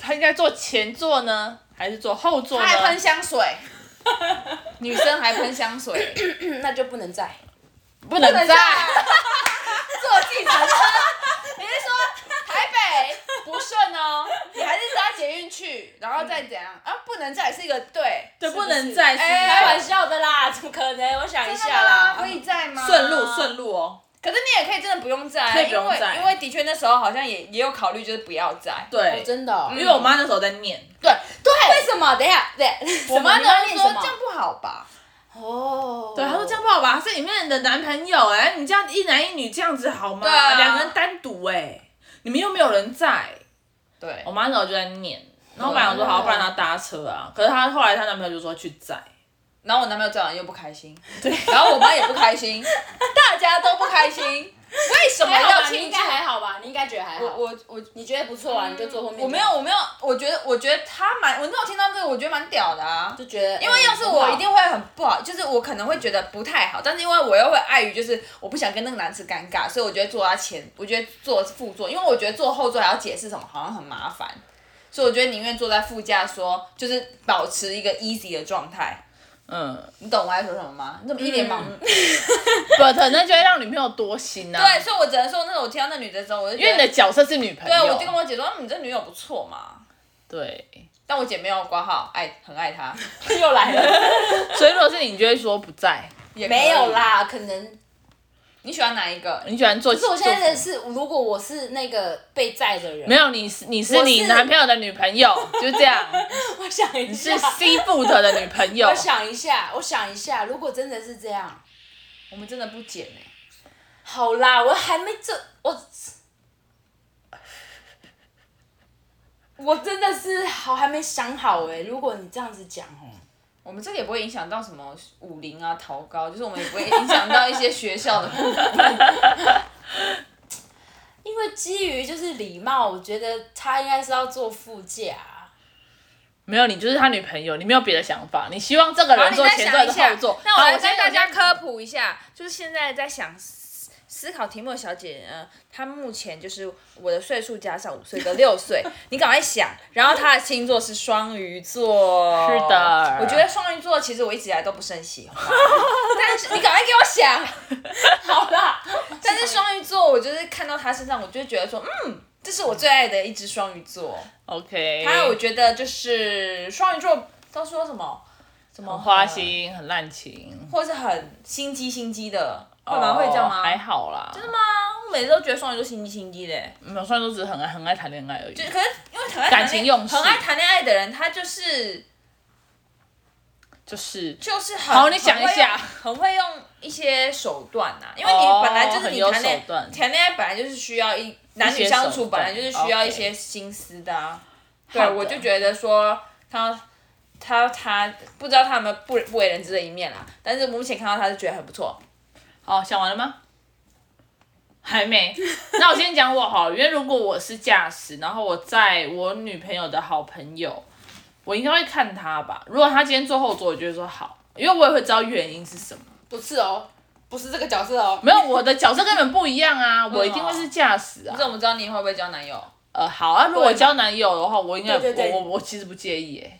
Speaker 1: 他应该坐前座呢，还是坐后座
Speaker 2: 她
Speaker 1: 呢？
Speaker 2: 还喷香水， 女生还喷香水，
Speaker 3: 嗯那就不能再。
Speaker 1: 不能在。
Speaker 2: 坐计程车。你是说台北不顺哦？你还是搭捷运去，然后再怎样啊？不能再是一个对，
Speaker 1: 对，
Speaker 3: 是
Speaker 1: 不
Speaker 3: 不
Speaker 1: 能
Speaker 3: 是
Speaker 1: 在，是
Speaker 2: 哎
Speaker 3: 开
Speaker 1: 不
Speaker 3: 玩
Speaker 1: 是
Speaker 3: 笑的啦，怎么可能？我想一
Speaker 2: 真的
Speaker 3: 下
Speaker 2: 吗
Speaker 3: 啦，
Speaker 1: 啊
Speaker 3: 嗯
Speaker 2: 可以在吗？
Speaker 1: 顺路顺。路哦。
Speaker 2: 可是你也可以真的不用在啊，
Speaker 1: 可以不用载
Speaker 2: 因为因为的确那时候好像也也有考虑，就是不要在。
Speaker 1: 对
Speaker 3: 哦，真的
Speaker 2: 嗯
Speaker 3: 哦，
Speaker 1: 因为我妈那时候在念，
Speaker 2: 对对，
Speaker 3: 为什么？等一下，对，
Speaker 2: 我妈
Speaker 3: 你
Speaker 2: 那
Speaker 3: 念
Speaker 2: 时
Speaker 3: 什
Speaker 2: 候
Speaker 3: 么
Speaker 2: 这样不好吧？
Speaker 3: 哦，
Speaker 1: 对，她说这样不好吧？是你们的男朋友哎、你这样一男一女这样子好吗？
Speaker 2: 对啊
Speaker 1: 两个人单独哎、你们又没有人在。
Speaker 2: 对
Speaker 1: 我，妈那时候就在念，然后我本来想说好，不然她搭车啊，可是她后来她男朋友就说去载。
Speaker 2: 然后我男朋友这样又不开心，对，然后我妈也不开心，大家都不开心，为什么
Speaker 3: 还好
Speaker 2: 要
Speaker 3: 吧，你
Speaker 2: 庆
Speaker 3: 应
Speaker 2: 祝
Speaker 3: 该？还好吧？你应该觉得还好，
Speaker 2: 我我我
Speaker 3: 你觉得不错啊，你就坐后面。
Speaker 2: 我没有，，我没有，我觉得，我觉得他蛮，我那时候听到这个，我觉得蛮屌的啊
Speaker 3: 就。觉得，
Speaker 2: 因为要是我
Speaker 3: 嗯
Speaker 2: 一定会很不好，就是我可能会觉得不太好，但是因为我又会碍于就是我不想跟那个男生尴尬，所以我觉得坐他前，我觉得坐副座，因为我觉得坐后座还要解释什么，好像很麻烦，所以我觉得宁愿坐在副驾说，就是保持一个 easy 的状态。
Speaker 1: 嗯
Speaker 2: 你懂我在说什么吗？你怎么一脸茫？
Speaker 1: ，but 那就会让女朋友多心啊。
Speaker 2: 对，，所以我只能说，那时候我听到那女的之后，我就
Speaker 1: 因为
Speaker 2: 觉
Speaker 1: 你
Speaker 2: 得
Speaker 1: 的，角色是女朋友。
Speaker 2: 对，我就跟我姐说，嗯，你这女友不错嘛。
Speaker 1: 对，
Speaker 2: 但我姐没有挂号，爱很爱他，
Speaker 3: 又来了，
Speaker 1: 所以如果是你，你就会说不在。
Speaker 2: 也可以
Speaker 3: 没有。啦，可 能。
Speaker 2: 你喜欢哪一个？
Speaker 1: 你喜欢做？可
Speaker 3: 可是我现在的是，如果我是那个被载的人，
Speaker 1: 没有，你是你是
Speaker 3: 我是
Speaker 1: 你男朋友的女朋友，就这样，
Speaker 3: 我想一
Speaker 1: 是
Speaker 3: 下，
Speaker 1: C 哦 boot 的女朋友
Speaker 3: 我。想一下，我想一下，如果真的是这样，
Speaker 2: 我们真的不剪哎、
Speaker 3: 好啦，我还没这，我我真的是好还没想好哎、如果你这样子讲哦，
Speaker 2: 我们这个也不会影响到什么武林啊、桃高，就是我们也不会影响到一些学校的部 分。
Speaker 3: 因为基于就是礼貌，我觉得他应该是要做副驾啊。
Speaker 1: 没有，你就是他女朋友，你没有别的想法，你希望这个
Speaker 2: 好，
Speaker 1: 人
Speaker 2: 你
Speaker 1: 做
Speaker 2: 再
Speaker 1: 前座
Speaker 2: 想
Speaker 1: 还
Speaker 2: 一
Speaker 1: 是后
Speaker 2: 下
Speaker 1: 座。。
Speaker 2: 那我
Speaker 1: 好
Speaker 2: 来
Speaker 1: 先
Speaker 2: 跟大家
Speaker 1: 先
Speaker 2: 科普一下，就是现在在想思思考题目的小姐，呃，她目前就是我的岁数加上五岁的六岁，你赶快想。然后她的星座是双鱼座，
Speaker 1: 是的
Speaker 2: 我觉得双鱼座其实我一直以来都不是很喜欢， 但是你赶快给我想。
Speaker 3: 好啦，
Speaker 2: 但是双鱼座，我就是看到她身上，我就觉得说，嗯，这是我最爱的一只双鱼座。
Speaker 1: OK。
Speaker 2: 还有，我觉得就是双鱼座都说什么什么呃
Speaker 1: 很花，心，很滥情，
Speaker 2: 或是很心机心机的，会吗？会这样吗？
Speaker 1: 哦还。好啦，真的吗？
Speaker 2: 我每次都觉得双鱼座心机心机的欸，
Speaker 1: 没有，算都只是很爱很爱谈恋爱而已。
Speaker 2: 就可是因为很爱谈恋
Speaker 1: 感情用事
Speaker 2: 很爱谈恋爱的人，他就是
Speaker 1: 就是
Speaker 2: 就是很
Speaker 1: 好你想一下
Speaker 2: 很会用很会用一些手段啊呐、因为你
Speaker 1: 哦
Speaker 2: 本来就是
Speaker 1: 很
Speaker 2: 你
Speaker 1: 有
Speaker 2: 谈
Speaker 1: 手
Speaker 2: 恋
Speaker 1: 段
Speaker 2: 谈恋爱本来就是需要一男女
Speaker 1: 些
Speaker 2: 相
Speaker 1: 手
Speaker 2: 处本来
Speaker 1: 段
Speaker 2: 就是需要一
Speaker 1: OK
Speaker 2: 些心思的啊。
Speaker 1: 好
Speaker 2: 对，
Speaker 1: 的
Speaker 2: 我就觉得说他他他不知道他有没有不不为人知的一面啦，啊但是目前看到他是觉得很不错。
Speaker 1: 好，哦想完了吗？还没。那我先讲我好了，因为如果我是驾驶，然后我载我女朋友的好朋友，我应该会看她吧。如果她今天坐后座，我就会说好，因为我也会知道原因是什么。
Speaker 3: 不是哦，不是这个角色哦，
Speaker 1: 没有，我的角色根本不一样 啊，我一定会是驾驶啊
Speaker 2: 你。怎么知道你以后会不会交男友？
Speaker 1: 呃，好啊，如果我交男友的话，我应该
Speaker 3: 对对对
Speaker 1: 我我我其实不介意诶、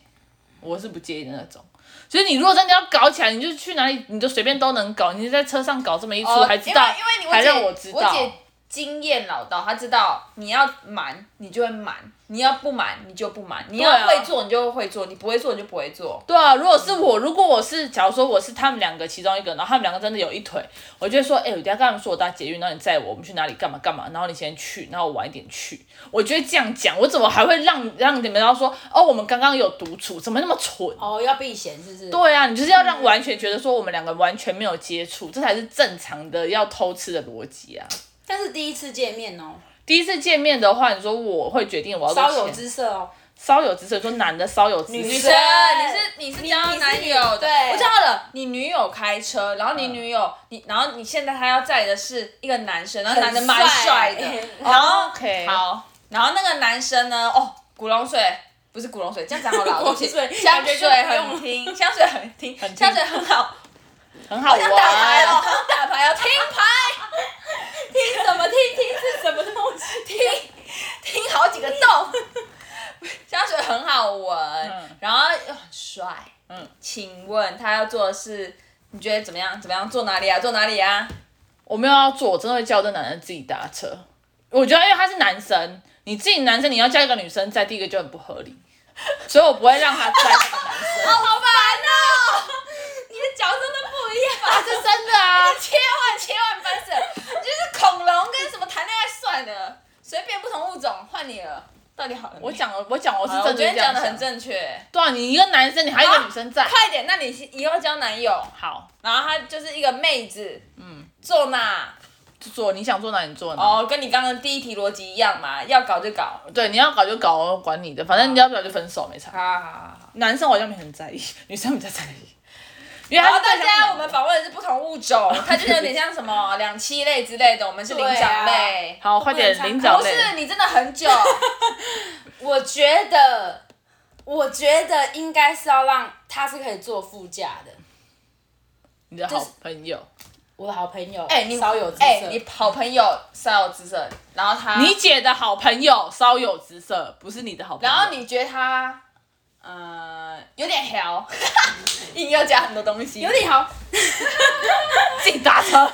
Speaker 1: 我是不介意的那种。所以你如果真的要搞起来，你就去哪里你就随便都能搞，你就在车上搞这么一出、
Speaker 2: 哦，
Speaker 1: 还知道，
Speaker 2: 因为因为你
Speaker 1: 还
Speaker 2: 姐
Speaker 1: 让我知道。
Speaker 2: 我姐经验老道，她知道你要瞒你就会瞒，你要不瞒你就不瞒，你
Speaker 1: 啊
Speaker 2: 要会做你就会做，你不会做你就不会做。
Speaker 1: 对啊，如果是我，如果我是，假如说我是他们两个其中一个，然后他们两个真的有一腿，我就会说，哎、我等一下跟他们说我搭捷运，然后你载我，我们去哪里干嘛干嘛，然后你先去，然后我晚一点去，我就会这样讲，我怎么还会让让你们要说，哦，我们刚刚有独处，怎么那么蠢？
Speaker 3: 哦，要避嫌是不是？
Speaker 1: 对啊，你就是要让完全觉得说我们两个完全没有接触，这才是正常的要偷吃的逻辑啊。
Speaker 3: 但是第一次见面哦，
Speaker 1: 第一次见面的话，你说我会决定我要
Speaker 3: 稍
Speaker 1: 多
Speaker 3: 有
Speaker 1: 钱
Speaker 3: 姿色哦，
Speaker 1: 稍有姿色，说男的稍有姿色，
Speaker 3: 女
Speaker 2: 女
Speaker 3: 生
Speaker 2: 生，你是你是
Speaker 3: 你
Speaker 2: 交
Speaker 3: 你是
Speaker 2: 男
Speaker 3: 女
Speaker 2: 友的，
Speaker 3: 对嗯
Speaker 2: 我知道了。你女友开车，然后你女友，你然后你现在她要载的是一个男生，然后男的蛮帅的
Speaker 3: 很 帅，
Speaker 2: 然后
Speaker 1: OK
Speaker 2: 好，然后那个男生呢，哦，古龙水不是古龙水，这样讲好 老，对不起
Speaker 3: 古龙水
Speaker 2: 香
Speaker 3: 感觉
Speaker 2: 水
Speaker 3: 就不用
Speaker 2: 很听，香水很听，
Speaker 1: 很听
Speaker 2: 香水很好，
Speaker 1: 很好
Speaker 2: 好像打牌哦，
Speaker 1: 玩。
Speaker 2: 好像打牌哦，听牌，
Speaker 3: 听什么听听是什么东西？
Speaker 2: 听听好几个 洞，香水很好闻，
Speaker 1: 嗯
Speaker 2: 然后又很帅。
Speaker 1: 嗯，
Speaker 2: 请问他要做的是，你觉得怎么样？怎么样？坐哪里啊？坐哪里啊？
Speaker 1: 我没有要做，我真的会叫这男人自己搭车。我觉得，因为他是男生，你自己男生你要叫一个女生在，第一个就很不合理，所以我不会让他载那个男生。
Speaker 2: 好烦哦！你的脚真的不一样，
Speaker 1: 啊，是真的啊！
Speaker 2: 切换切换翻身，你就是恐龙跟什么谈恋爱算了，随便不同物种换你了，到底好了没？
Speaker 1: 我讲了，我讲我是
Speaker 2: 好了
Speaker 1: 真的
Speaker 2: 我觉得
Speaker 1: 这样
Speaker 2: 讲的很啊
Speaker 1: 想。
Speaker 2: 正确。
Speaker 1: 对啊，你一个男生，你还有一个女生在。
Speaker 2: 快点，那你以后交男友，
Speaker 1: 好，
Speaker 2: 然后他就是一个妹子，嗯，坐哪？
Speaker 1: 就做你想做哪你做哪。
Speaker 2: 哦，跟你刚刚第一题逻辑一样嘛，要搞就搞。
Speaker 1: 对，你要搞就搞，我管你的，反正你要不要就分手，没差。
Speaker 2: 好好好好。
Speaker 1: 男生我好像没很在意， 女生比较在意。因为
Speaker 2: 然
Speaker 1: 他
Speaker 2: 后
Speaker 1: 是
Speaker 2: 大
Speaker 1: 对象
Speaker 2: 家我们访问的是不同物 种，它就是有点像什么两栖类之类的，我们是灵长类。
Speaker 3: 啊
Speaker 1: 好，快点
Speaker 3: 不能参
Speaker 1: 领
Speaker 3: 考
Speaker 1: 导
Speaker 2: 不
Speaker 1: 类。
Speaker 2: 是你真的很 久，
Speaker 3: 我觉得，我觉得应该是要让他是可以坐副驾的，
Speaker 1: 你的好朋友，
Speaker 3: 我的好朋友，
Speaker 2: 哎，你
Speaker 3: 稍有姿色，
Speaker 2: 哎，你好朋友稍有姿色，然后他，
Speaker 1: 你姐的好朋友稍有姿色，不是你的好朋友。
Speaker 2: 然后你觉得他，呃，有点 调，硬要加很多东西，
Speaker 3: 有点好，
Speaker 1: 自己搭 车，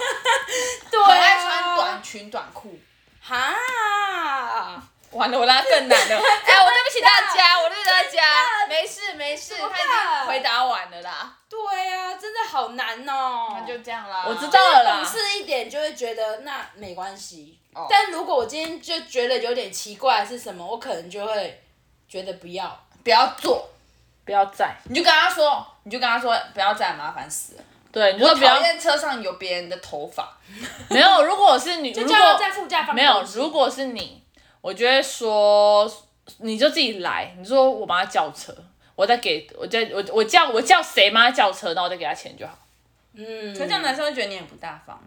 Speaker 3: 对、
Speaker 2: 很
Speaker 3: 啊，
Speaker 2: 爱穿短裙短裤。
Speaker 3: 哈，
Speaker 2: 完了，我拉更难了。哎，我对不不起大家，我对不起大家，没事没事，他已经回答完了啦，
Speaker 3: 对呀、真的好难哦、
Speaker 2: 那就这样啦。
Speaker 1: 我知道了啦
Speaker 3: 懂事一点就会觉得那没关系。
Speaker 2: 哦
Speaker 3: 但如果我今天就觉得有点奇怪是什么，我可能就会觉得不要。
Speaker 2: 不要做，
Speaker 1: 不要在，
Speaker 2: 你就跟他说，你就跟他说不要再麻烦死了。
Speaker 1: 对，你
Speaker 2: 我
Speaker 1: 说不要
Speaker 2: 讨厌车上有别人的头发，
Speaker 1: 没有。如果是你，如
Speaker 3: 就要
Speaker 1: 果
Speaker 3: 在副驾放
Speaker 1: 没有
Speaker 3: 东，西
Speaker 1: 如果是你，我就会说，你就自己来。你说我帮他叫车，我再给我再我我叫我叫谁帮他叫车，然后我再给他钱就好
Speaker 3: 嗯，
Speaker 2: 可这样男生会觉得你很不大方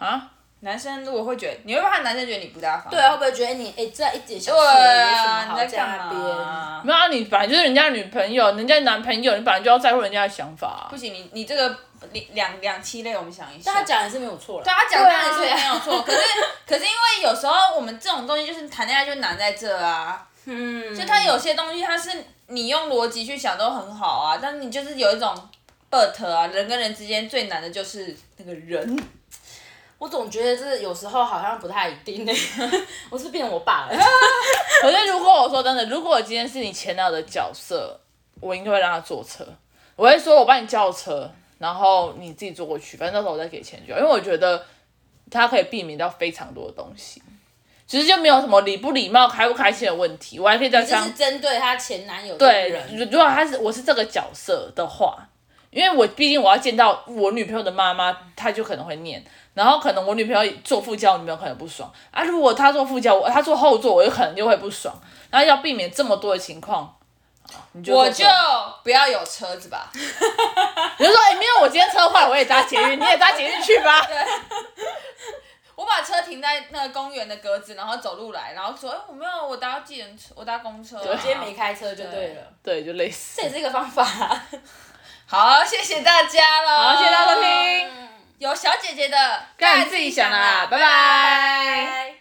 Speaker 2: 欸
Speaker 1: 啊。
Speaker 2: 男生如果会觉得，你会怕男生觉得你不大方？
Speaker 3: 对啊，会不会觉得你哎、这样一点小
Speaker 2: 对
Speaker 3: 事有什么
Speaker 2: 啊，
Speaker 3: 好
Speaker 2: 你在
Speaker 3: 在
Speaker 2: 干
Speaker 3: 那边？
Speaker 2: 嘛？
Speaker 1: 没有啊，你本来就是人家的女朋友，人家的男朋友，你本来就要在乎人家的想法啊、
Speaker 2: 不行，你你这个两两两期类，我们想一下。
Speaker 3: 但他讲也是没有错了。
Speaker 2: 对他讲
Speaker 3: 对
Speaker 2: 当
Speaker 3: 啊
Speaker 2: 然是没有错，可是可是因为有时候我们这种东西就是谈恋爱就难在这啊，
Speaker 3: 嗯，
Speaker 2: 就他有些东西它是你用逻辑去想都很好啊，但你就是有一种 but 啊，人跟人之间最难的就是那个人，
Speaker 3: 我总觉得这有时候好像不太一定呢、 我是变我爸 了。
Speaker 1: 可是如果我说真的，如果我今天是你前男友的角色，我应该会让他坐车，我会说我帮你叫车，然后你自己坐过去，反正到时候我再给钱就好，因为我觉得他可以避免掉非常多的东西。其实就没有什么礼不礼貌、开不开心的问题，我还可以再
Speaker 3: 这
Speaker 1: 上
Speaker 3: 是针对她前男友这个
Speaker 1: 对，
Speaker 3: 人，
Speaker 1: 如如果他是我是这个角色的话，因为我毕竟我要见到我女朋友的妈妈，她就可能会念，然后可能我女朋友坐副驾，我女朋友可能不爽啊。如果她坐副驾，我她坐后座，我有可能就会不爽。那要避免这么多的情况，好你就
Speaker 2: 我
Speaker 1: 坐
Speaker 2: 就
Speaker 1: 车
Speaker 2: 不要有车子吧，
Speaker 1: 你就说，哎、没有，我今天车坏，我也搭捷运，你也搭捷运去吧。
Speaker 2: 我把车停在那个公园的格子，然后走路来，然后说，哎、我没有，我搭计程车，我搭公车、啊
Speaker 3: 我今天没。开车就对了，
Speaker 1: 对，就类似
Speaker 3: 这。也是一个方 法、
Speaker 2: 好，谢谢大家喽。
Speaker 1: 好，谢谢大家收听。
Speaker 2: 有小姐姐的，
Speaker 1: 干自己想啦拜拜
Speaker 2: 拜拜